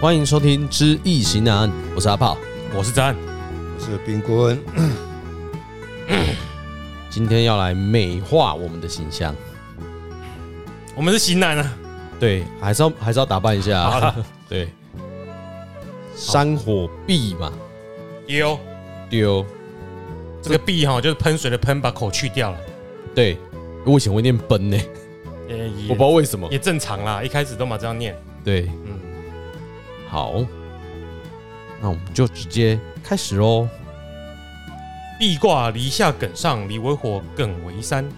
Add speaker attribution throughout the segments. Speaker 1: 欢迎收听《知易行难》，我是阿炮。
Speaker 2: 我是詹，
Speaker 3: 是冰棍，
Speaker 2: 嗯
Speaker 1: 今天要来美化我们的形象，
Speaker 2: 我们是型男啊。
Speaker 1: 对，还是要还是要打扮一
Speaker 2: 好
Speaker 1: 下。
Speaker 2: 了，
Speaker 1: 对，山火壁嘛，哦
Speaker 2: 有
Speaker 1: 丢。
Speaker 2: 这个壁哈，就是喷水的喷，把口去掉了。
Speaker 1: 对，我以前会念奔呢，
Speaker 2: 呃也
Speaker 1: 我不知道为什么。
Speaker 2: 也正常啦，一开始都嘛这样念。
Speaker 1: 对，
Speaker 2: 嗯，
Speaker 1: 好，那我们就直接开始喽。
Speaker 2: 壁挂篱下梗上，离为火，梗为山，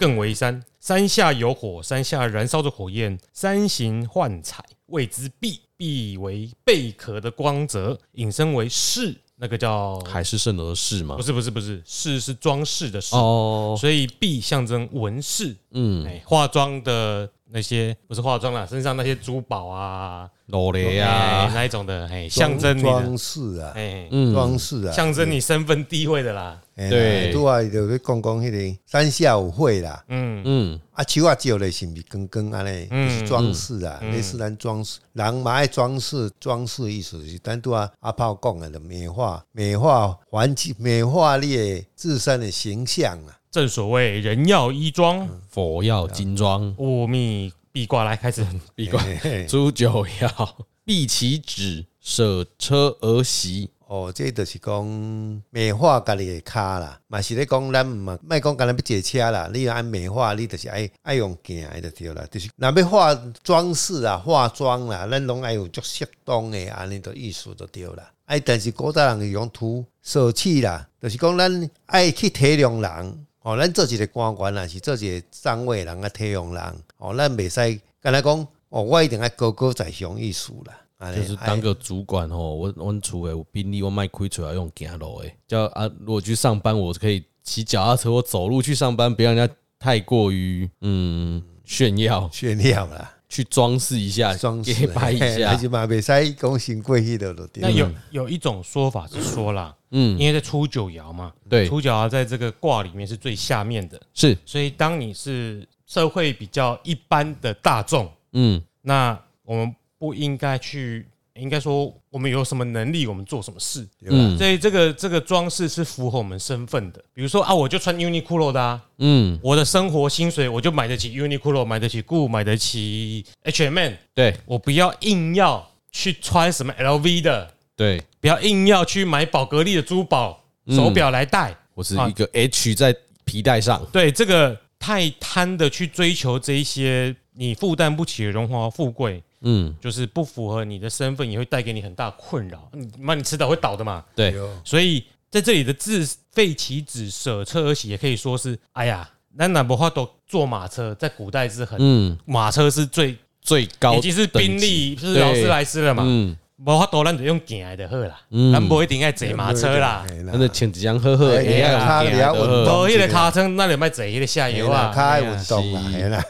Speaker 2: 更为山。山下有火，山下燃烧着火焰，山形幻彩，谓之壁。壁为贝壳的光泽，引申为饰，那个叫
Speaker 1: 海市蜃楼的市嘛
Speaker 2: 不，是不是不是，饰是装饰的饰，
Speaker 1: 哦，
Speaker 2: 所以壁象征纹饰，
Speaker 1: 嗯，
Speaker 2: 哎，化妆的那些不是化妆啦，身上那些珠宝啊，
Speaker 1: 老雷
Speaker 2: 哎
Speaker 1: 啊，
Speaker 2: 那一种的，哎，象征你的
Speaker 3: 装，饰啊，
Speaker 2: 哎，
Speaker 3: 装
Speaker 1: 嗯，
Speaker 3: 饰啊，
Speaker 2: 象征你身份地位的啦。
Speaker 3: 嘿啦
Speaker 1: 对
Speaker 3: 拄啊就去讲讲迄个山下有会啦，
Speaker 2: 嗯，
Speaker 1: 嗯，
Speaker 3: 啊手啊照咧是毋是光光安尼，
Speaker 2: 嗯
Speaker 3: 就是装饰啊，
Speaker 2: 嗯
Speaker 3: 类似咱装饰，人嘛爱装饰，装饰意思是咱拄啊阿炮讲的就美化美化环境，美化你的自身的形象 啊，
Speaker 2: 正所谓人要衣装，
Speaker 1: 佛要金装，
Speaker 2: 物密壁挂来开始。
Speaker 1: 闭关
Speaker 3: 嘿嘿
Speaker 1: 煮酒要避其指，舍车而席。
Speaker 3: 哦，这就是讲美化家己的骹啦，嘛是咧讲咱嘛，莫讲干咱要坐车啦，你要按美化，你就是爱爱用行的就对啦，就是若要化装饰啊、化妆啦，咱拢爱有足适当的安尼的艺术就对啦。哎，但是古代人是用图舍弃啦，就是讲咱爱去体谅人。哦，咱做一个官员啊，是做一个上位的人啊，体谅人。哦，咱袂使干若讲，哦，我一定爱高高在上意思啦。安尼
Speaker 1: 就是
Speaker 3: 哎
Speaker 1: 当个主管吼，我我厝诶，有宾利我卖开出来用行路诶，叫啊，如果去上班，我可以骑脚踏车，我走路去上班，不要人家太过于嗯炫耀，
Speaker 3: 炫耀啦。
Speaker 1: 去装饰一下，
Speaker 3: 装饰
Speaker 1: 啊
Speaker 3: 哎
Speaker 1: 给拍一
Speaker 3: 嘿
Speaker 1: 下
Speaker 3: 但，是嘛，袂使讲先过迄落就对
Speaker 2: 那
Speaker 3: 了。
Speaker 2: 有有一种说法是说啦，
Speaker 1: 嗯，
Speaker 2: 因为在初九爻嘛，
Speaker 1: 对，
Speaker 3: 哎
Speaker 2: 初九爻在这个卦里面是最下面的，
Speaker 1: 是，
Speaker 2: 所以当你是社会比较一般的大众，
Speaker 1: 嗯
Speaker 2: 那我们不应该去，应该说我们有什么能力，我们做什么事。
Speaker 1: 嗯
Speaker 2: 所以这个这个装饰是符合我们身份的。比如说啊，我就穿 Uniqlo 的啊，
Speaker 1: 嗯，
Speaker 2: 我的生活薪水我就买得起 Uniqlo，买得起 GU，买得起 H&M，
Speaker 1: 对
Speaker 2: 我不要硬要去穿什么 LV 的，
Speaker 1: 对，
Speaker 2: 不要硬要去买宝格丽的珠宝手表来戴。
Speaker 1: 我是一个 H 在皮带上，
Speaker 2: 对这个太贪的去追求这一些你负担不起的荣华富贵，
Speaker 1: 嗯，
Speaker 2: 就是不符合你的身份，也会带给你很大困扰。你妈，你迟早会倒的嘛。
Speaker 1: 对，
Speaker 3: 哦
Speaker 2: 所以在这里的自废其子舍车而喜，也可以说是，哎呀，那哪不话都坐马车，在古代是很、
Speaker 1: 嗯，
Speaker 2: 马车是最
Speaker 1: 最高
Speaker 2: 已经是
Speaker 1: 等
Speaker 2: 宾
Speaker 1: 级，
Speaker 2: 利是劳斯莱斯了嘛，
Speaker 1: 嗯，
Speaker 2: 无法度咱就用行来的好啦，
Speaker 1: 嗯
Speaker 2: 咱不一定爱坐马车啦，
Speaker 3: 嘿
Speaker 1: 那前几张呵呵，
Speaker 3: 哎
Speaker 1: 哎呀
Speaker 3: 他
Speaker 1: 行
Speaker 3: 比较
Speaker 1: 的
Speaker 3: 稳
Speaker 1: 呵
Speaker 3: 当
Speaker 2: 无迄个卡车咱就卖坐迄个下
Speaker 3: 嘿
Speaker 2: 游
Speaker 3: 啦，
Speaker 2: 啊，
Speaker 3: 较爱
Speaker 2: 哎呀
Speaker 3: 运动啦，
Speaker 1: 是
Speaker 3: 嘿啦，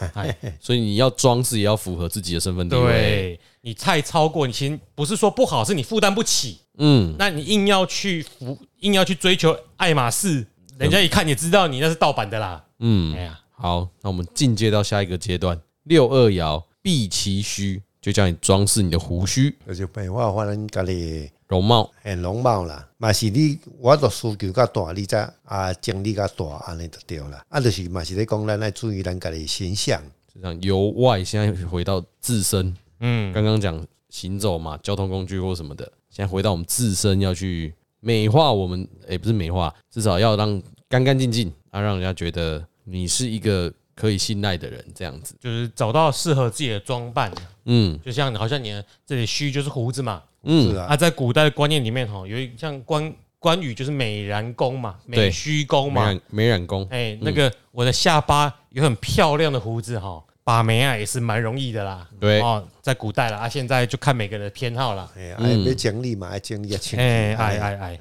Speaker 1: 所以你要装饰也要符合自己的身份地位。
Speaker 2: 哎对你太超过，你其实不是说不好，是你负担不起，
Speaker 1: 嗯，
Speaker 2: 那你硬要去服，硬要去追求爱马仕，人家一看也知道你那是盗版的啦，
Speaker 1: 嗯，
Speaker 2: 哎呀。
Speaker 1: 好，那我们进阶到下一个阶段，六二爻避其须，就叫你装饰你的胡须、
Speaker 3: 就是变化化咱家己
Speaker 1: 容貌。
Speaker 3: 很容貌啦，嘛是你我着需求较大，你才啊精力较大，安尼就对啦。啊，就是嘛是咧讲咱爱注意咱家己的形象，
Speaker 1: 就这样由外现在回到自身，
Speaker 2: 嗯，
Speaker 1: 刚刚讲行走嘛，交通工具或什么的，现在回到我们自身要去美化我们，诶，不是美化，至少要让干干净净，啊，让人家觉得你是一个可以信赖的人，这样子。
Speaker 2: 就是找到适合自己的装扮，
Speaker 1: 嗯
Speaker 2: 就像好像你的这里须就是胡子嘛，
Speaker 1: 嗯，
Speaker 3: 是啊，
Speaker 2: 啊，在古代的观念里面哈，有一像关关羽就是美髯公嘛，美须公
Speaker 1: 美
Speaker 2: 嘛，
Speaker 1: 染美染工，
Speaker 2: 哎、那个我的下巴有很漂亮的胡子哈，把眉啊也是蛮容易的啦，
Speaker 1: 对
Speaker 2: 哦，在古代啦，啊，现在就看每个人的偏好啦，
Speaker 3: 哎，啊要精力嘛，爱精力啊，清
Speaker 2: 哎哎哎哎，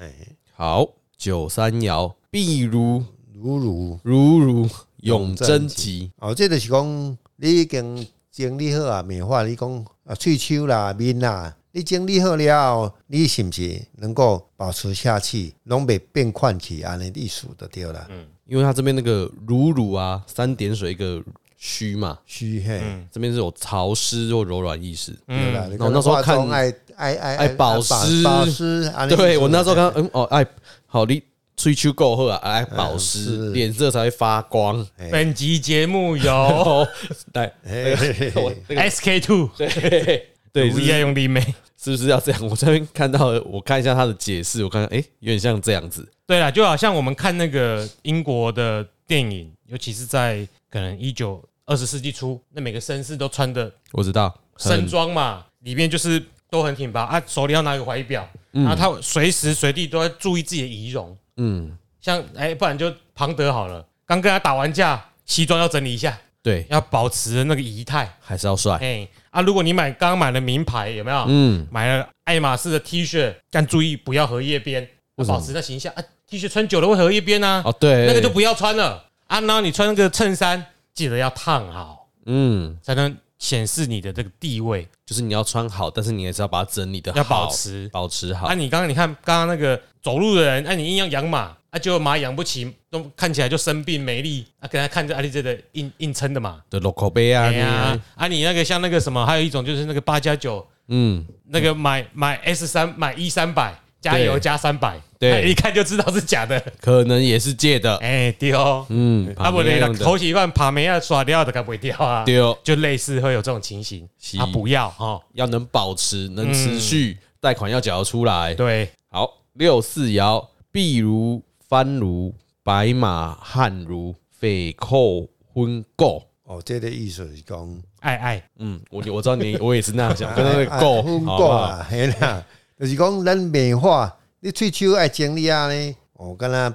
Speaker 1: 好，九三爻，必如
Speaker 3: 如如
Speaker 1: 如如永贞吉，
Speaker 3: 哦，这就是讲你已经整理好啊，美化你讲啊，喙手啦、面啦，你整理好了后，你是不是能够保持下去，拢袂变款去安尼的意思就对啦。
Speaker 1: 因为它这边那个如如啊，三点水一个虚嘛，
Speaker 3: 虚嘿，
Speaker 1: 嗯
Speaker 2: 嗯
Speaker 1: 这边是有潮湿或柔软意识。
Speaker 3: 对啦。你
Speaker 1: 那我那时候
Speaker 3: 化妆
Speaker 1: 看
Speaker 3: 爱爱爱
Speaker 1: 爱保湿
Speaker 3: 保湿。安尼
Speaker 1: 对我那时候刚
Speaker 3: 哎
Speaker 1: 嗯哦，哎，好你吹球够厚啊，哎，
Speaker 2: 嗯
Speaker 1: 保湿
Speaker 3: 是
Speaker 1: 脸色才会发光。
Speaker 2: 本集节目 由
Speaker 1: 哦，来，
Speaker 3: 嘿嘿嘿
Speaker 1: 我
Speaker 3: 嘿
Speaker 1: 那个
Speaker 2: SK Two
Speaker 1: 对对，
Speaker 2: 不
Speaker 1: 是
Speaker 2: 要用力妹。
Speaker 1: 是不是要这样？我这边看到了，我看一下他的解释，我看哎、诶有点像这样子。
Speaker 2: 对啦，就好像我们看那个英国的电影，尤其是在可能一九二十世纪初，那每个绅士都穿的
Speaker 1: 我知道，很
Speaker 2: 盛装嘛，里面就是都很挺拔啊，手里要拿一个怀表，然后他随时随地都在注意自己的仪容。
Speaker 1: 嗯，
Speaker 2: 像哎、不然就庞德好了，刚跟他打完架，西装要整理一下，
Speaker 1: 对，
Speaker 2: 要保持那个仪态。
Speaker 1: 还是要帅。
Speaker 2: 哎、啊，如果你买刚刚买了名牌，有没有？
Speaker 1: 嗯，
Speaker 2: 买了爱马仕的 T 恤，但注意不要荷叶边，
Speaker 1: 为什么
Speaker 2: 保持那形象啊。T 恤穿久了会荷叶边啊，
Speaker 1: 哦，对，
Speaker 2: 那个就不要穿了啊。然后你穿那个衬衫，记得要烫好，
Speaker 1: 嗯，
Speaker 2: 才能显示你的这个地位，
Speaker 1: 就是你要穿好，但是你还是要把它整理的
Speaker 2: 要保持。
Speaker 1: 保持好
Speaker 2: 啊，。你刚刚你看刚刚那个走路的人，啊，你硬要养马，啊，结果马养不起，都看起来就生病没力，啊，给他看着阿丽这个硬硬撑的嘛。
Speaker 1: 对，local 杯啊，
Speaker 2: 哎
Speaker 1: 你
Speaker 2: 呀
Speaker 1: 啊，，
Speaker 2: 啊，你那个像那个什么，还有一种就是那个八加九
Speaker 1: 嗯，
Speaker 2: 那个买买 S 三买 E 三百加油
Speaker 1: 对
Speaker 2: 加三百，
Speaker 1: 对
Speaker 2: 哎一看就知道是假的。
Speaker 1: 可能也是借的。
Speaker 2: 哎、对哦，
Speaker 1: 嗯，
Speaker 2: 啊不
Speaker 1: 旁边
Speaker 2: 然
Speaker 1: 用
Speaker 2: 你
Speaker 1: 的
Speaker 2: 头几万爬没啊耍掉的，该不会掉啊？
Speaker 1: 丢，
Speaker 2: 就类似会有这种情形
Speaker 1: 是，
Speaker 2: 啊不要哈，
Speaker 1: 要能保持，能持续，贷款要缴得出来。
Speaker 2: 嗯对，
Speaker 1: 好，六四爻，譬如番如白马汉如匪寇昏垢。
Speaker 3: 哦，这个意思是讲，
Speaker 2: 爱爱
Speaker 1: 嗯，我我知道你，我也是那样想，跟那
Speaker 3: 哎
Speaker 1: 个
Speaker 3: 哎
Speaker 1: 够
Speaker 3: 分
Speaker 1: 好
Speaker 3: 够
Speaker 1: 不好？
Speaker 3: 啦，嘿啦，就是讲咱美化，你喙手爱整理啊呢。哦，敢若买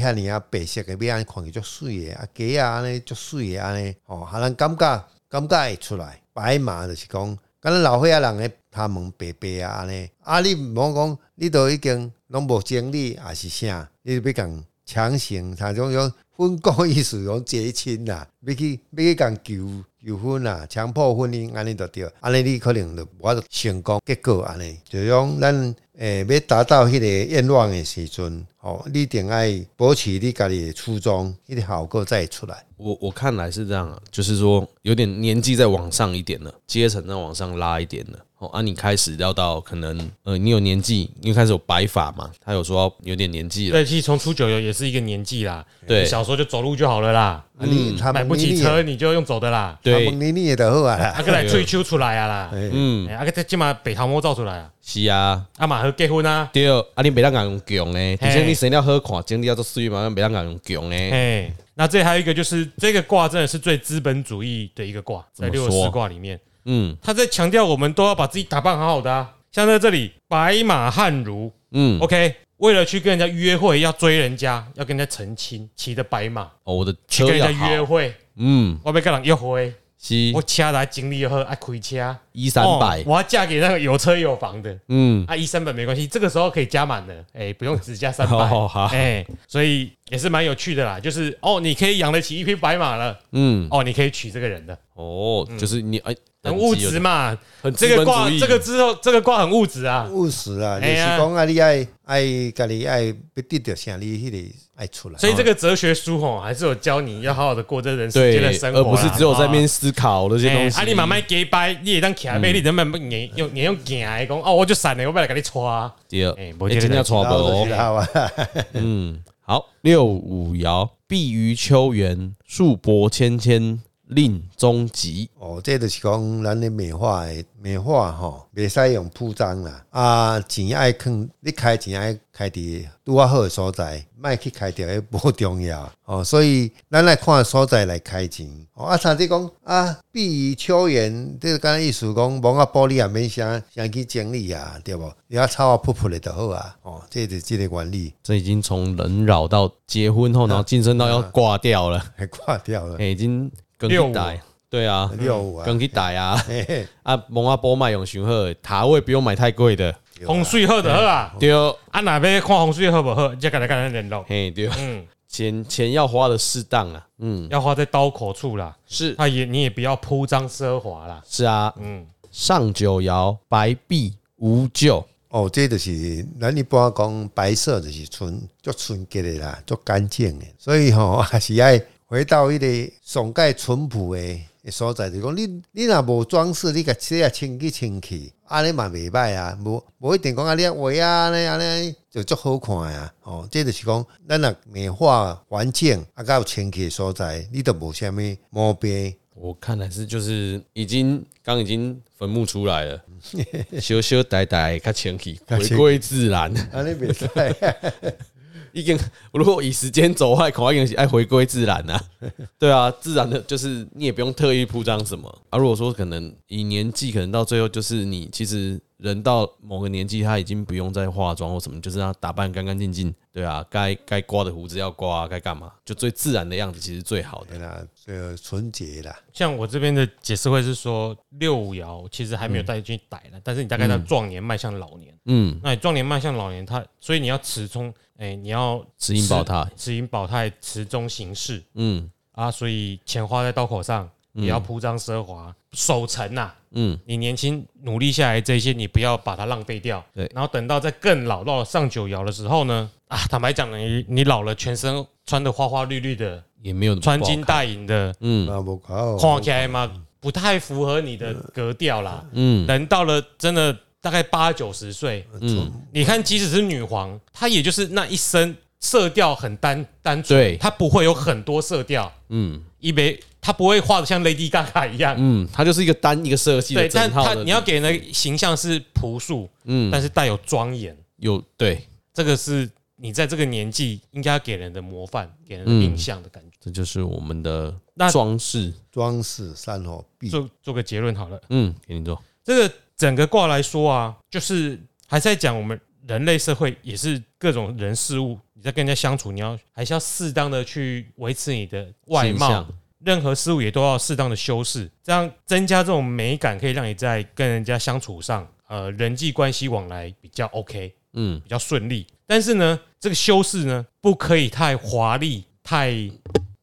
Speaker 3: 遐尼啊白色嘅，买安看起足水诶，啊鸡啊安尼足水诶安尼，哦，啊咱感觉感觉会出来。白马就是讲，敢若老岁仔人诶，头毛白白啊安尼，啊你毋好讲，你都已经拢无整理啊是啥，你就要共强行，他种种婚故意思讲结亲啦，要去要去共求求婚啦，强迫婚姻安尼就对，安尼你可能就无法度成功结果安尼，就是讲咱诶要达到迄个愿望诶时阵，哦，你一定爱保持你家己诶初衷，迄、个效果才会出来。
Speaker 1: 我我看来是这样啊，就是说有点年纪再往上一点了，阶层再往上拉一点了。哦，啊，你开始要到可能呃，你有年纪，因为开始有白发嘛，他有说有点年纪了，
Speaker 2: 对，其实从初九游也是一个年纪啦，
Speaker 1: 对
Speaker 2: 你小时候就走路就好了啦，
Speaker 3: 啊你他
Speaker 2: 嗯买
Speaker 3: 们
Speaker 2: 不起车你就用走的啦，
Speaker 3: 他们
Speaker 1: 对，
Speaker 3: 你你也就好啊
Speaker 2: 啊
Speaker 3: 啦。
Speaker 2: 个来追求出来啊啦，
Speaker 3: 嗯，
Speaker 1: 嗯，
Speaker 2: 哎啊个这起码北唐摸造出来啊，
Speaker 1: 是啊，
Speaker 2: 阿马和结婚啊，
Speaker 1: 对，啊，你袂当用强呢，
Speaker 2: 嘿
Speaker 1: 就像你生了好看，经历要做水嘛，袂当用强呢，
Speaker 2: 哎，那这还有一个就是这个卦真的是最资本主义的一个卦，
Speaker 1: 怎
Speaker 2: 在
Speaker 1: 么
Speaker 2: 六十
Speaker 1: 说
Speaker 2: 四卦里面，
Speaker 1: 嗯
Speaker 2: 他在强调我们都要把自己打扮好好的啊，像在这里白马汉如
Speaker 1: 嗯，
Speaker 2: ，OK，为了去跟人家约会，要追人家，要跟人家成亲，骑着白马
Speaker 1: 哦，我的
Speaker 2: 去
Speaker 1: 车
Speaker 2: 跟人
Speaker 1: 要
Speaker 2: 家约
Speaker 1: 好，
Speaker 2: 会，
Speaker 1: 嗯，
Speaker 2: 我要跟人约会，
Speaker 1: 是
Speaker 2: 我车来精力又好，爱开车，
Speaker 1: 一三
Speaker 2: 哦
Speaker 1: 百，
Speaker 2: 我要嫁给那个有车有房的。
Speaker 1: 嗯，
Speaker 2: 啊，一三本没关系，这个时候可以加满的，哎、不用只加三百，哎、
Speaker 1: 哦好
Speaker 2: 所以也是蛮有趣的啦。就是哦，你可以养得起一匹白马了，
Speaker 1: 嗯，
Speaker 2: 哦，你可以娶这个人的，
Speaker 1: 哦，就是你哎，
Speaker 2: 嗯很物
Speaker 1: 等级有
Speaker 2: 质，嘛。
Speaker 1: 很资
Speaker 2: 这个
Speaker 1: 本
Speaker 2: 卦，
Speaker 1: 主义
Speaker 2: 这个之后，这个卦很物质啊。
Speaker 3: 务实啊，就
Speaker 2: 哎
Speaker 3: 是
Speaker 2: 呀
Speaker 3: 讲啊，你爱爱家己爱要得到啥，你迄个爱出来。
Speaker 2: 所以这个哲学书吼，还是有教你要好好的过这人世间的
Speaker 1: 嗯对，
Speaker 2: 生活啊
Speaker 1: 而
Speaker 2: 啦，
Speaker 1: 不是只有在那
Speaker 2: 面。
Speaker 1: 边思考那些东西。嗯
Speaker 2: 啊，你慢慢给掰，你也当徛背，你能不能硬用硬用行的讲哦，我就闪了，我要来给你抓。
Speaker 1: 第二，
Speaker 2: 哎
Speaker 1: 哎，
Speaker 2: 没这个
Speaker 1: 今天错
Speaker 3: 然后
Speaker 1: 不
Speaker 3: 就是好啊，
Speaker 1: 嗯，哦好，六五爻，避于秋园，树帛芊芊，令终极。
Speaker 3: 哦，这就是讲咱的美化的美化吼，袂使用铺张啦。啊，钱爱坑，你开钱爱开伫拄啊好的所在，莫去开掉迄无重要。哦，所以咱来看所在来开钱。 哦，啊，像你讲啊，避于秋园，这个敢若意思讲，摸啊玻璃也免啥啥去整理啊，对无？你啊草啊铺铺咧就好啊。哦，这就是即个原理，
Speaker 1: 这已经从人扰到结婚
Speaker 2: 啊
Speaker 1: 后，然后晋升到要挂掉了，
Speaker 3: 还挂掉了
Speaker 1: 哎，已经跟
Speaker 2: 六
Speaker 1: 去
Speaker 2: 五
Speaker 1: 逮，对啊，
Speaker 3: 六五啊。
Speaker 1: 跟去逮啊
Speaker 3: 嘿嘿
Speaker 1: 啊！蒙阿波卖永雄鹤塔位不用买太贵的，
Speaker 3: 对啊
Speaker 2: 洪水好的好啊，
Speaker 1: 丢
Speaker 2: 啊哪边看洪水好不好，再跟来跟来联络。
Speaker 1: 嘿丢，
Speaker 2: 嗯，
Speaker 1: 钱钱要花的适当啊，嗯，
Speaker 2: 要花在刀口处啦，
Speaker 1: 是
Speaker 2: 那也你也不要铺张奢华啦。
Speaker 1: 是啊，
Speaker 2: 嗯，
Speaker 1: 上九爻白璧无咎，
Speaker 3: 哦，这就是咱一般讲白色就是纯足纯洁的 啦，足干净的。所以吼、还是爱回到迄个上界淳朴的诶、诶所在，就讲你你若无装饰，你甲车啊清去清去，安尼嘛袂歹啊，无无一定讲啊你啊画啊安尼安尼就足好看啊。哦，这就是讲咱若美化环境啊，到清气的所在，你都无虾物毛病。
Speaker 1: 我看来是就是已经刚已经坟墓出来 了，修修呆呆，较清气，回归自然。
Speaker 3: 安尼袂使，
Speaker 1: 已经如果以时间走坏，恐怕已经是爱哎回归自然 呐、对啊，自然的就是你也不用特意铺张什么啊。如果说可能以年纪，可能到最后就是你其实人到某个年纪，他已经不用再化妆或什么，就是让他打扮干干净净。对啊，该该刮的胡子要刮，该干嘛就最自然的样子，其实最好的。
Speaker 3: 对 啦，呃，纯洁啦，
Speaker 2: 像我这边的解释会是说，六爻其实还没有带进去逮了，但是你大概到壮年迈向老年，
Speaker 1: 嗯，
Speaker 2: 那你壮年迈向老年，它所以你要持中，哎、你要
Speaker 1: 知音保泰，
Speaker 2: 持盈保泰，持中行事
Speaker 1: 嗯
Speaker 2: 啊，所以钱花在刀口上，也要铺张奢华，守成呐、
Speaker 1: 嗯，
Speaker 2: 你年轻努力下来这些，你不要把它浪费掉。
Speaker 1: 对
Speaker 2: 然后等到在更老到了上九爻的时候呢，啊，坦白讲，你你老了，全身穿的花花绿绿的，
Speaker 1: 也没有那么
Speaker 2: 穿
Speaker 1: 不好
Speaker 2: 金
Speaker 1: 看，
Speaker 2: 戴银的，
Speaker 1: 嗯
Speaker 3: 啊，无搞。
Speaker 2: 看起来嘛不太符合你的格调啦。
Speaker 1: 嗯，
Speaker 2: 人到了真的大概八九十岁，你看即使是女皇，她也就是那一身色调很单单纯，
Speaker 1: 对，
Speaker 2: 她不会有很多色调，
Speaker 1: 嗯
Speaker 2: 一为她不会画的像 Lady Gaga 一样。
Speaker 1: 嗯，它就是一个单一个色系的
Speaker 2: 对，但
Speaker 1: 整套
Speaker 2: 她
Speaker 1: 的，
Speaker 2: 你要给人的形象是朴素，
Speaker 1: 嗯
Speaker 2: 但是带有庄严，
Speaker 1: 有对，
Speaker 2: 这个是你在这个年纪应该给人的模范、给人的
Speaker 1: 嗯
Speaker 2: 印象的感觉。
Speaker 1: 这就是我们的
Speaker 2: 那
Speaker 1: 装饰。
Speaker 3: 装饰善好必
Speaker 2: 做做个结论好了，
Speaker 1: 嗯，给你做。
Speaker 2: 这个整个卦来说啊，就是还在讲我们人类社会也是各种人事物，你在跟人家相处，你要还是要适当的去维持你的外
Speaker 1: 形
Speaker 2: 貌
Speaker 1: 象，
Speaker 2: 任何事物也都要适当的修饰，这样增加这种美感，可以让你在跟人家相处上，呃，人际关系往来比较 OK，
Speaker 1: 嗯
Speaker 2: 比较顺利。但是呢，这个修饰呢，不可以太华丽，太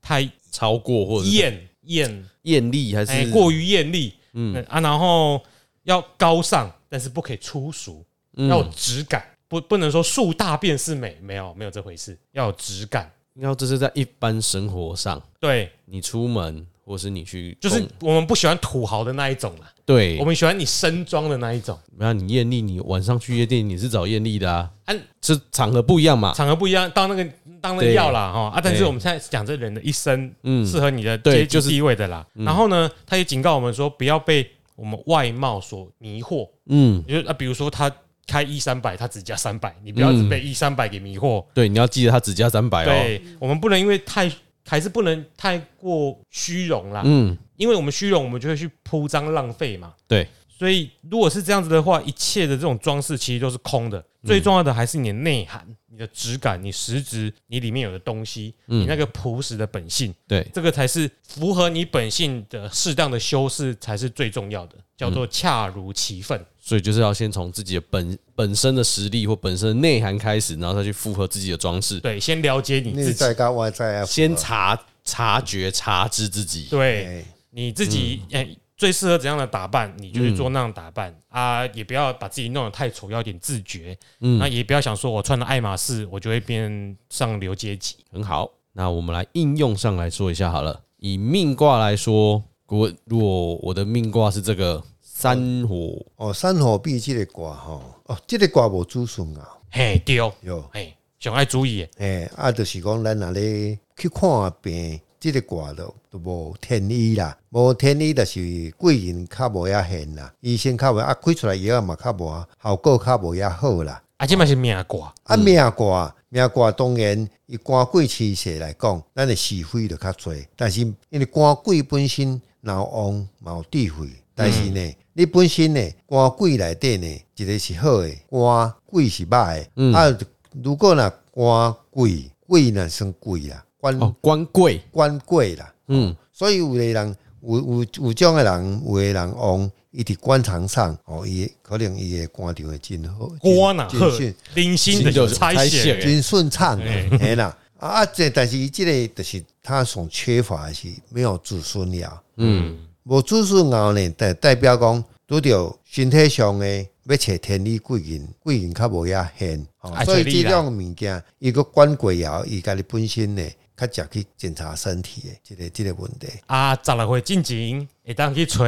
Speaker 2: 太，
Speaker 1: 超过或者是
Speaker 2: 艳艳，
Speaker 1: 艳丽还是、
Speaker 2: 哎、过于艳丽，
Speaker 1: 嗯
Speaker 2: 嗯啊，然后要高尚，但是不可以粗俗，
Speaker 1: 嗯
Speaker 2: 要有质感，不不能说树大便是美，没有没有这回事，要有质感。
Speaker 1: 要这是在一般生活上，
Speaker 2: 对，
Speaker 1: 你出门或是你去
Speaker 2: 就
Speaker 1: 公，
Speaker 2: 是我们不喜欢土豪的那一种啦，
Speaker 1: 对
Speaker 2: 我，们喜欢你身装的那一种，
Speaker 1: 那你艳丽，你晚上去夜店你是找艳丽的啊，
Speaker 2: 啊，
Speaker 1: 这场合不一样嘛，
Speaker 2: 场合不一样，当那个当
Speaker 1: 啊
Speaker 2: 那个
Speaker 1: 对
Speaker 2: 要啦哈啊，但是
Speaker 1: 对
Speaker 2: 我们现在讲这人的一生，
Speaker 1: 嗯
Speaker 2: 适合你的
Speaker 1: 对
Speaker 2: 阶级
Speaker 1: 就是嗯
Speaker 2: 地位的啦。然后呢，他也警告我们说，不要被我们外貌所迷惑，
Speaker 1: 嗯，
Speaker 2: 就是啊，比如说他开一三百，他只加三百，你不
Speaker 1: 嗯
Speaker 2: 要只被一三百给迷惑，
Speaker 1: 对，你要记得他只加三百哦，
Speaker 2: 对，我们不能因为太还是不能太过虚荣啦，
Speaker 1: 嗯，
Speaker 2: 因为我们虚荣，我们就会去铺张浪费嘛。
Speaker 1: 对，
Speaker 2: 所以如果是这样子的话，一切的这种装饰其实都是空的。
Speaker 1: 嗯
Speaker 2: 最重要的还是你的内涵、你的质感、你实质、你里面有的东西，
Speaker 1: 嗯
Speaker 2: 你那个朴实的本性，
Speaker 1: 对，
Speaker 2: 这个才是符合你本性的适当的修饰才是最重要的，叫
Speaker 1: 嗯
Speaker 2: 做恰如其分。
Speaker 1: 所以就是要先从自己的本本身的实力或本身的内涵开始，然后再去符合自己的装饰，
Speaker 2: 对，先了解你
Speaker 3: 内
Speaker 2: 自己，
Speaker 3: 在跟外在啊，
Speaker 1: 先察察觉察知自己，
Speaker 2: 对，
Speaker 3: 哎
Speaker 2: 你自己哎、最适合怎样的打扮，你就去做那样的打扮、啊，也不要把自己弄得太丑，要有点自觉。那也不要想说我穿了爱马仕，我就会变上流阶级。
Speaker 1: 很好。那我们来应用上来说一下好了。以命卦来说，我如果我的命卦是这个三火，
Speaker 3: 哦，山河壁这个卦吼，哦，这个卦无子孙啊，
Speaker 2: 嘿，丢、哦，
Speaker 3: 哟，
Speaker 2: 嘿，想爱注意耶，
Speaker 3: 诶、啊，就是讲咱若咧去看病，这个卦都都无天意啦，无天意就是贵人较无遐现啦，医生较无啊，开出来药嘛较无效果较无遐好啦。
Speaker 2: 啊，这嘛是命卦，
Speaker 3: 啊，命卦命卦当然，以官贵气势来讲，咱的是非就较侪。但是因为官贵本身脑旺嘛有智慧，但是呢，你本身呢，官贵内底呢，一个是好的，官贵是歹的。啊，如果若官贵贵呢算贵啦，官
Speaker 1: 哦，官贵，
Speaker 3: 官贵啦。
Speaker 1: 嗯，
Speaker 3: 所以有的人有有有种的人，有的人旺，伊伫官场上哦，伊可能伊的官场会真好，
Speaker 2: 瓜呐，
Speaker 3: 真真
Speaker 2: 呵
Speaker 3: 顺，
Speaker 2: 零星的有差
Speaker 1: 猜
Speaker 2: 写
Speaker 1: 写
Speaker 2: 耶，
Speaker 3: 真顺畅
Speaker 2: 哎
Speaker 3: 的，嘿啦。啊啊，这但是伊即个就是他所缺乏的是没有子孙了，
Speaker 1: 嗯
Speaker 3: 无子孙后呢，代代表讲拄着身体上的要找天理贵人，贵人较无遐现，吼
Speaker 2: 爱
Speaker 3: 所
Speaker 2: 找
Speaker 3: 以
Speaker 2: 你
Speaker 3: 即
Speaker 2: 啦
Speaker 3: 种物件，伊个管过后，伊家己本身呢，较常去检查身体的即、个即、这个问题。
Speaker 2: 啊，十六岁进前会当去找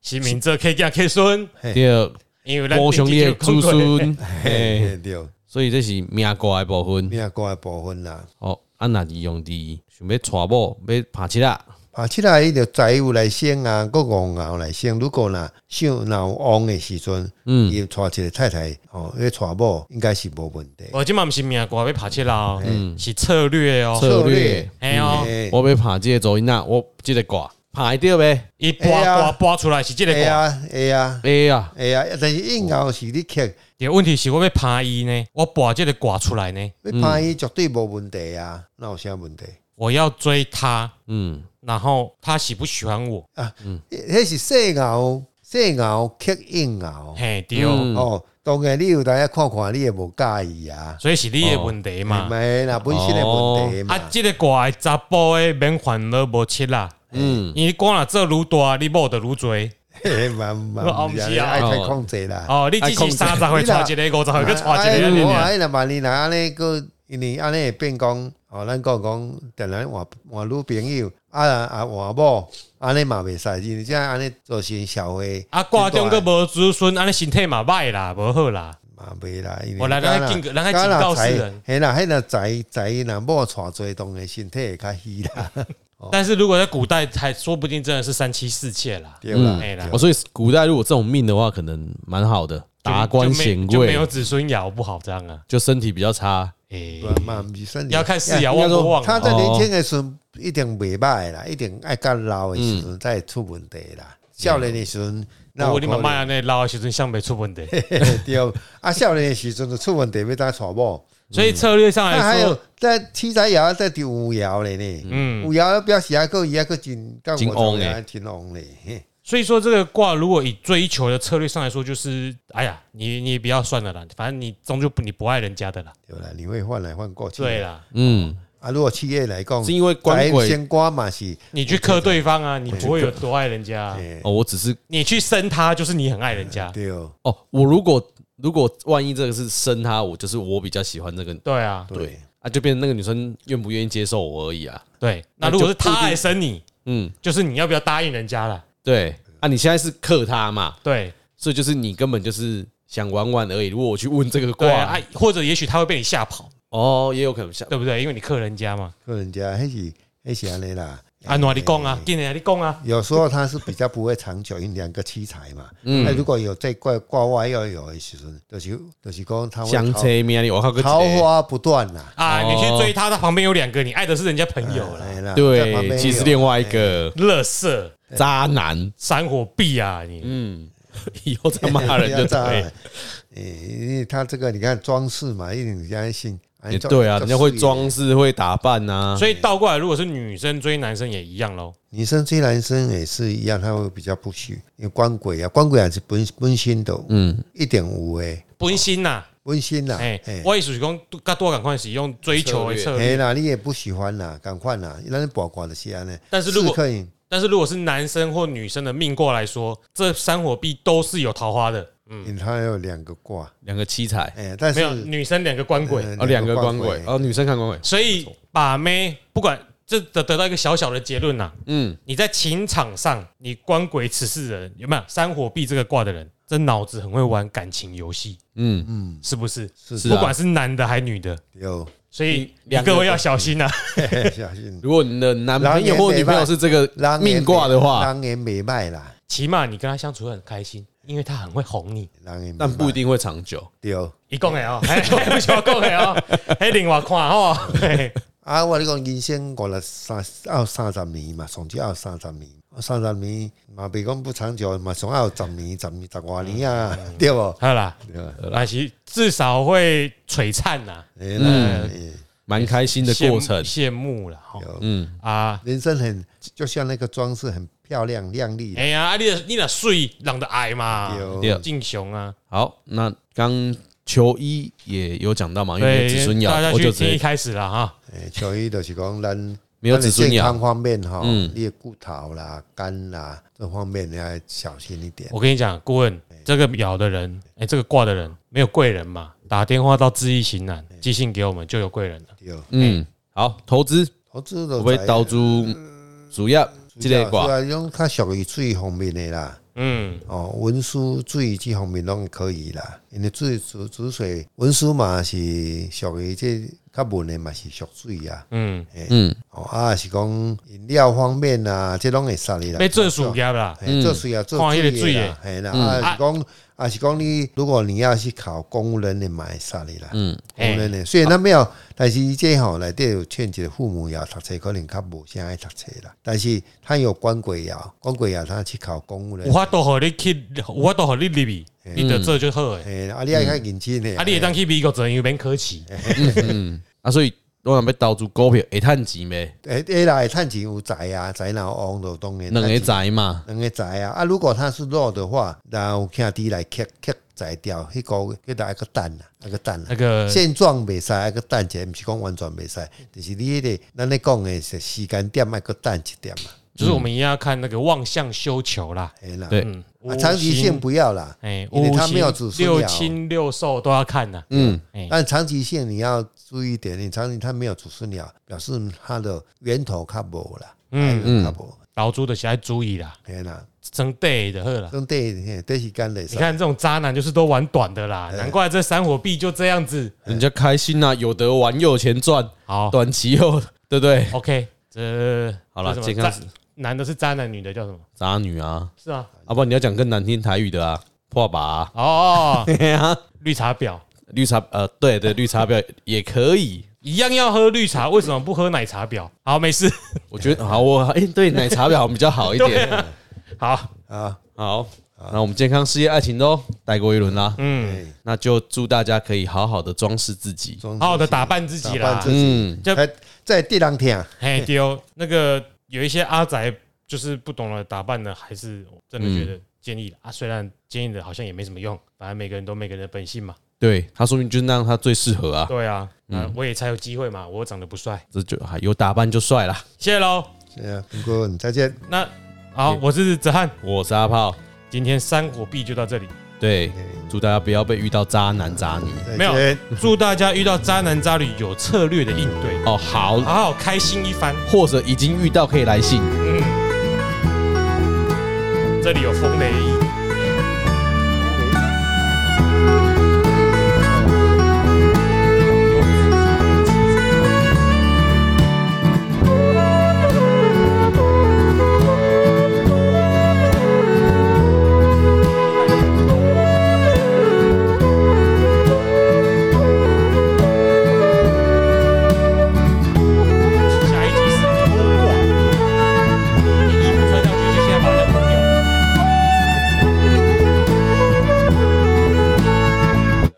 Speaker 2: 新民做客家客孙，
Speaker 1: 第二，
Speaker 2: 因为咱
Speaker 1: 高雄你的子孙，
Speaker 3: 嘿
Speaker 1: 嘿
Speaker 3: 嘿对，
Speaker 1: 所以这是命卦的部分。
Speaker 3: 你若讲的部分啦，
Speaker 1: 哦，啊，若是用伫想要娶某，要拍七啦，
Speaker 3: 爬啊起来伊就财有来先啊，个戆熬来先。如果若想若有旺的时阵，
Speaker 1: 嗯，
Speaker 3: 伊娶一个太太，吼、迄个娶某应该是无问题。
Speaker 2: 我即嘛毋是命卦要拍七啦哦，是策略哦，
Speaker 1: 策略，
Speaker 2: 哎哦，
Speaker 3: 嘿
Speaker 1: 我要拍即个走音呐，我即个卦拍得到呗，
Speaker 2: 伊拨
Speaker 3: 哎呀
Speaker 2: 卦拨出来是即个
Speaker 3: 会
Speaker 2: 卦，
Speaker 3: 啊会啊
Speaker 1: 哎呀，
Speaker 3: 会啊，但是硬熬是你克，
Speaker 2: 个问题是我要拍伊呢，我拨即个卦出来呢，
Speaker 3: 要拍伊绝对无问题啊，那有啥问题？
Speaker 2: 我要追他，
Speaker 1: 嗯，
Speaker 2: 然后他喜不喜欢我？
Speaker 3: 迄啊是细熬细熬克硬熬
Speaker 2: 嘿，对，
Speaker 1: 嗯
Speaker 3: 哦，当然你有大家看看，你也无介意啊，
Speaker 2: 所以是你的问题嘛。
Speaker 3: 咪啦本身的问题嘛，
Speaker 2: 啊，即、个卦的查甫的免烦恼无七啦，
Speaker 1: 嗯，
Speaker 2: 因为讲若做愈大，你某就愈
Speaker 3: 哎
Speaker 2: 多。
Speaker 3: 嘿嘛嘛
Speaker 2: 我
Speaker 3: 不
Speaker 2: 不
Speaker 3: 是
Speaker 2: 是
Speaker 3: 啊
Speaker 2: 啊
Speaker 3: 你爱太控制啦。
Speaker 2: 哦，你只是三十岁娶一个，五十岁去娶一个，你
Speaker 3: 我
Speaker 2: 俩
Speaker 3: 哎，若万年来安尼个，因为安尼会变讲，哦，咱讲讲，突然换换女朋友，啊啊换某，安尼嘛袂使，因为这样安尼造成社会
Speaker 2: 啊，挂钟个无子孙，安尼身体嘛歹啦，无好啦。
Speaker 3: 嘛袂啦，因为
Speaker 2: 我来咱警告咱来警告世人
Speaker 3: 嘿啦，迄若仔仔若某娶侪当然身体会较虚啦，哦
Speaker 2: 但是如果在古代，还说不定真的是三妻四妾啦，
Speaker 3: 对啦，
Speaker 2: 哎啦
Speaker 3: 对
Speaker 1: 哦，所以古代如果这种命的话，可能蛮好的，达官显
Speaker 2: 就没就没有
Speaker 1: 贵，
Speaker 2: 子孙爻不好这样啊。
Speaker 1: 就身体比较差，
Speaker 2: 哎，
Speaker 3: 嘛毋是算
Speaker 2: 要看四爻旺不旺
Speaker 3: 他
Speaker 2: 啊。
Speaker 3: 在年轻的时阵一定袂歹啦，一定爱较老的时阵才会出问题啦。少年的时阵，哪有
Speaker 2: 我你
Speaker 3: 可
Speaker 2: 妈
Speaker 3: 能
Speaker 2: 妈那老的时阵想袂出问题，
Speaker 3: 对，啊，少年的时阵就出问题要当娶某，
Speaker 2: 所以策略上
Speaker 3: 啊，还
Speaker 2: 来
Speaker 3: 有
Speaker 2: 哎说，
Speaker 3: 在七彩窑在钓五窑嘞呢，
Speaker 2: 嗯，
Speaker 3: 五窑表示啊个伊啊个真
Speaker 1: 真旺的
Speaker 3: 真旺嘞，嘿
Speaker 2: 所以说这个卦如果以追求的策略上来说，就是哎呀，你你不要算了啦，反正你终究不你不爱人家的啦。
Speaker 3: 对啦，你会换来换过去，
Speaker 2: 对啦，
Speaker 1: 嗯，
Speaker 3: 啊，如果企业来讲
Speaker 1: 哦是，因为官
Speaker 3: 财
Speaker 1: 鬼
Speaker 3: 先瓜嘛是，
Speaker 2: 你去克对方啊，你不会有多爱人家啊、
Speaker 3: 嘿
Speaker 1: 哦，我只是
Speaker 2: 你去生他就是你很爱人家。
Speaker 3: 对，
Speaker 1: 哦，我如果如果万一这个是生他，我就是我比较喜欢这个，
Speaker 2: 对啊，
Speaker 3: 对，
Speaker 1: 啊，就变成那个女生愿不愿意接受我而已啊，
Speaker 2: 对。那如果是他来生你，
Speaker 1: 嗯，
Speaker 2: 就是你要不要答应人家啦？
Speaker 1: 对，啊，你现在是克他嘛，
Speaker 2: 对
Speaker 1: 所以就是你根本就是想玩玩而已。如果我去问这个
Speaker 2: 对啊，
Speaker 1: 卦，
Speaker 2: 啊或者也许他会被你吓跑，
Speaker 1: 哦，也有可能想
Speaker 2: 对不对？因为你克人家嘛。
Speaker 3: 个人家迄是迄是安尼啦。
Speaker 2: 啊，哪里讲啊？今年你讲啊？
Speaker 3: 有时候它是比较不会长久，因为两个七彩嘛。嗯，那如果有在挂挂外要有的时阵，就是就是讲它会
Speaker 1: 相
Speaker 3: 桃
Speaker 1: 车命，啊我靠个
Speaker 3: 桃花不断呐。
Speaker 2: 啊，
Speaker 1: 哦
Speaker 2: 你去追他，他旁边有两个，你爱的是人家朋友啦，
Speaker 3: 哎啦在旁
Speaker 1: 对，
Speaker 3: 边有
Speaker 1: 其实另外一个
Speaker 2: 乐色
Speaker 1: 渣男，
Speaker 2: 山火币啊，你。
Speaker 1: 嗯， 以后再骂人 就
Speaker 3: 不要
Speaker 1: 对
Speaker 3: 再， 哎因为他这个你看装饰嘛，一定人家信，哎
Speaker 1: 也
Speaker 3: 装
Speaker 1: 对啊，人家会
Speaker 3: 饰
Speaker 1: 装饰，会打扮啊呐，
Speaker 2: 所以倒过来，如果是啊女生追男生也一样喽。
Speaker 3: 女生追男生也是一样，他会比较不虚，因为官鬼啊，
Speaker 1: 嗯
Speaker 3: 官鬼也是本本身的，嗯，一点五诶，
Speaker 2: 本心呐，
Speaker 3: 本身啦，
Speaker 2: 哎
Speaker 3: 哎，，
Speaker 2: 我意思是讲，较多赶快使用追求的策
Speaker 3: 哎
Speaker 2: 略。
Speaker 3: 啦，你也不喜欢啦，赶快啦，那是八卦的西安呢。
Speaker 2: 但是如果
Speaker 3: 可以，
Speaker 2: 但是如果是男生或女生的命卦来说，这三火币都是有桃花的。嗯，
Speaker 3: 因为它有两个卦，
Speaker 1: 两个七彩，
Speaker 3: 哎，但
Speaker 2: 没有
Speaker 3: 是
Speaker 2: 女生两个官鬼，
Speaker 3: 呃
Speaker 1: 哦，两个
Speaker 3: 卦
Speaker 1: 官鬼，哦，女生看官鬼，
Speaker 2: 所以把妹不管这得得到一个小小的结论呐，
Speaker 1: 嗯，
Speaker 2: 你在情场上，你官鬼此事人有没有三火币这个卦的人，这脑子很会玩感情游戏，
Speaker 1: 嗯，
Speaker 2: 是不是？
Speaker 3: 是
Speaker 1: 是
Speaker 2: 不
Speaker 1: 啊
Speaker 2: 管是男的还女的，
Speaker 3: 有，
Speaker 2: 所以
Speaker 1: 你嗯两个
Speaker 2: 各位要小心啊呐。
Speaker 3: 小心，
Speaker 1: 如果你的男朋友或女朋友是这个
Speaker 3: 人
Speaker 1: 命卦的话，
Speaker 3: 当然没卖啦，
Speaker 2: 起码你跟他相处会很开心，因为他很会哄你。
Speaker 3: 人也
Speaker 1: 但不一定会长久。
Speaker 3: 对。
Speaker 2: 一讲的哦，嘿嘿不是我讲的 哦，嘿，另外看哦，嘿
Speaker 3: 啊，我咧讲人生五六三要三十年嘛，上少要三十年，三十年嘛，袂讲不长久嘛，上要有十年、十年、十外年啊，
Speaker 1: 嗯
Speaker 3: 对无？
Speaker 2: 好啦，
Speaker 3: 对
Speaker 1: 啊
Speaker 3: 吧？
Speaker 2: 但是至少会璀璨呐，
Speaker 3: 哎啦，哎
Speaker 1: 蛮开心的过程。
Speaker 2: 羡慕了哈
Speaker 3: 有
Speaker 1: 嗯，
Speaker 2: 啊！
Speaker 3: 人生很就像那个装饰很漂亮亮丽的，
Speaker 2: 哎呀，啊你若你若水，人的爱嘛，
Speaker 1: 对
Speaker 3: 有
Speaker 2: 敬雄啊，
Speaker 1: 好，那刚求啊医也有讲到嘛，因为
Speaker 2: 对
Speaker 1: 子孙
Speaker 2: 大
Speaker 1: 爻，
Speaker 2: 家
Speaker 1: 我就
Speaker 2: 去
Speaker 1: 直
Speaker 2: 听一哎
Speaker 1: 接
Speaker 2: 开始了哈。
Speaker 3: 哎，所以就是讲咱
Speaker 1: 没有
Speaker 3: 咱
Speaker 1: 子
Speaker 3: 的
Speaker 1: 孙
Speaker 3: 健
Speaker 1: 鸟
Speaker 3: 康，方面哈，
Speaker 1: 嗯
Speaker 3: 你的骨头啦、肝啦这方面你要小心一
Speaker 1: 哦
Speaker 3: 点。
Speaker 2: 我跟你讲，顾问，这个咬的人，哎、这个挂的人没有贵人嘛，打电话到知易行难，寄信给我们就有贵人了。
Speaker 3: 对，
Speaker 1: 嗯，好，投资
Speaker 3: 投资
Speaker 1: 会
Speaker 3: 就
Speaker 1: 不会投资
Speaker 2: 哎
Speaker 1: 主要
Speaker 2: 啊
Speaker 1: 这类
Speaker 3: 主
Speaker 1: 挂？
Speaker 3: 要啊用较属于水方面的啦。
Speaker 2: 嗯，
Speaker 3: 哦，文书、水这方面拢可以啦，因为水主主水文书嘛是属于这较文的嘛是属水啊。
Speaker 2: 嗯，
Speaker 1: 嗯，
Speaker 3: 哦啊是讲饮料方面啊，这拢会杀你啦。
Speaker 2: 被做暑业啦，
Speaker 3: 嘿
Speaker 1: 嗯
Speaker 3: 做水啊，做
Speaker 2: 看那个
Speaker 3: 水的
Speaker 2: 水
Speaker 3: 啦
Speaker 2: 的，
Speaker 3: 嘿啦，
Speaker 1: 嗯
Speaker 3: 啊是讲啊是讲你，如果你要去考公务人的嘛会杀你啦，
Speaker 1: 嗯，
Speaker 3: 公务人的虽然咱没有，但是这吼内底有劝一个父母要读册，可能较无啥爱读册啦，但是他有官鬼爻，官鬼爻他去考公务人
Speaker 2: 有，法度互你去，有法度互你入去，你得做就好诶。
Speaker 3: 嘿，啊你要较认真诶，
Speaker 2: 啊，你会当去美国做，因为免考试。
Speaker 1: 啊，所以我想要投资股票会趁钱呗，
Speaker 3: 诶，诶啦，会趁钱有财啊，财若有旺就当然
Speaker 1: 两个
Speaker 3: 赚钱，
Speaker 1: 宅嘛，
Speaker 3: 两个财啊！啊，如果他是弱的话，然后兄弟来克克财掉，迄个迄个一个蛋啊，一个蛋
Speaker 2: 那
Speaker 3: 啊。
Speaker 2: 个
Speaker 3: 现状袂使，一个蛋者，毋是讲完全袂使，就是你迄、个咱咧讲诶是时间点，一个蛋一点嘛，
Speaker 2: 就是我们一定要看那个望向修求啦，
Speaker 3: 嘿啦。
Speaker 1: 对
Speaker 2: 嗯，
Speaker 3: 啊，长期性不要啦，
Speaker 2: 哎，
Speaker 3: 因为
Speaker 2: 五
Speaker 3: 它没有
Speaker 2: 行
Speaker 3: 子孙哦
Speaker 2: 六
Speaker 3: 鸟
Speaker 2: 亲六寿都要看呐。
Speaker 1: 嗯，
Speaker 2: 哎，
Speaker 3: 但长期性你要注意一点，你长期它没有子孙鸟，表示它的源头较无啦，
Speaker 2: 嗯，
Speaker 3: 嗯，较无，
Speaker 2: 老猪的是要注意啦，
Speaker 3: 嘿啦，
Speaker 2: 真对的呵啦。
Speaker 3: 种对嘿对时间来
Speaker 2: 你
Speaker 3: 说，
Speaker 2: 看这种渣男就是都玩短的啦，难怪这三火币就这样子。
Speaker 1: 人家开心啊，有得玩又有钱赚，
Speaker 2: 好
Speaker 1: 短期又 对不对？
Speaker 2: ，OK，这
Speaker 1: 好啦
Speaker 2: 这什么
Speaker 1: 健康
Speaker 2: 渣男的是渣男，女的叫什么？
Speaker 1: 渣女啊，
Speaker 2: 是啊，
Speaker 1: 啊不，你要讲更难听台语的啊，破把啊，
Speaker 2: 哦，
Speaker 1: 嘿啊
Speaker 2: 绿茶婊
Speaker 1: 绿茶呃，对对，绿茶婊也可以。
Speaker 2: 一样要喝绿茶，为什么不喝奶茶婊？好，没事，
Speaker 1: 我觉得好，我哎、对奶茶婊比较好一
Speaker 2: 对
Speaker 1: 点。
Speaker 2: 啊好，
Speaker 3: 啊，
Speaker 1: 好，那我们健康、事业、爱情都带过一轮啦。
Speaker 2: 嗯，
Speaker 3: 哎，
Speaker 1: 那就祝大家可以好好的装饰自己。
Speaker 3: 好
Speaker 2: 好好的打扮自己啦
Speaker 3: 打扮。自
Speaker 1: 嗯，
Speaker 2: 就
Speaker 3: 还在地上听，
Speaker 2: 嘿丢，那个有一些阿宅就是不懂得打扮的，还是我真的觉得建议啦啊，虽然建议的好像也没什么用，反正每个人都每个人的本性嘛。
Speaker 1: 对他说明就是那样，他最适合啊。
Speaker 2: 对啊，那
Speaker 3: 嗯
Speaker 2: 我也才有机会嘛，我长得不帅，
Speaker 1: 这就还有打扮就帅啦。
Speaker 2: 谢喽。
Speaker 3: 是啊，不过你再见，
Speaker 2: 那好，我是子翰，
Speaker 1: 我是阿炮，
Speaker 2: 今天三火币就到这里，
Speaker 1: 对
Speaker 3: 哎，
Speaker 1: 祝大家不要被遇到渣男渣女。
Speaker 3: 再
Speaker 2: 没有
Speaker 3: 见。
Speaker 2: 祝大家遇到渣男渣女有策略的应对，
Speaker 1: 哦，好，
Speaker 3: 嗯
Speaker 2: 好好开心一番。
Speaker 1: 或者已经遇到可以来信。
Speaker 2: 嗯，这里有风雷。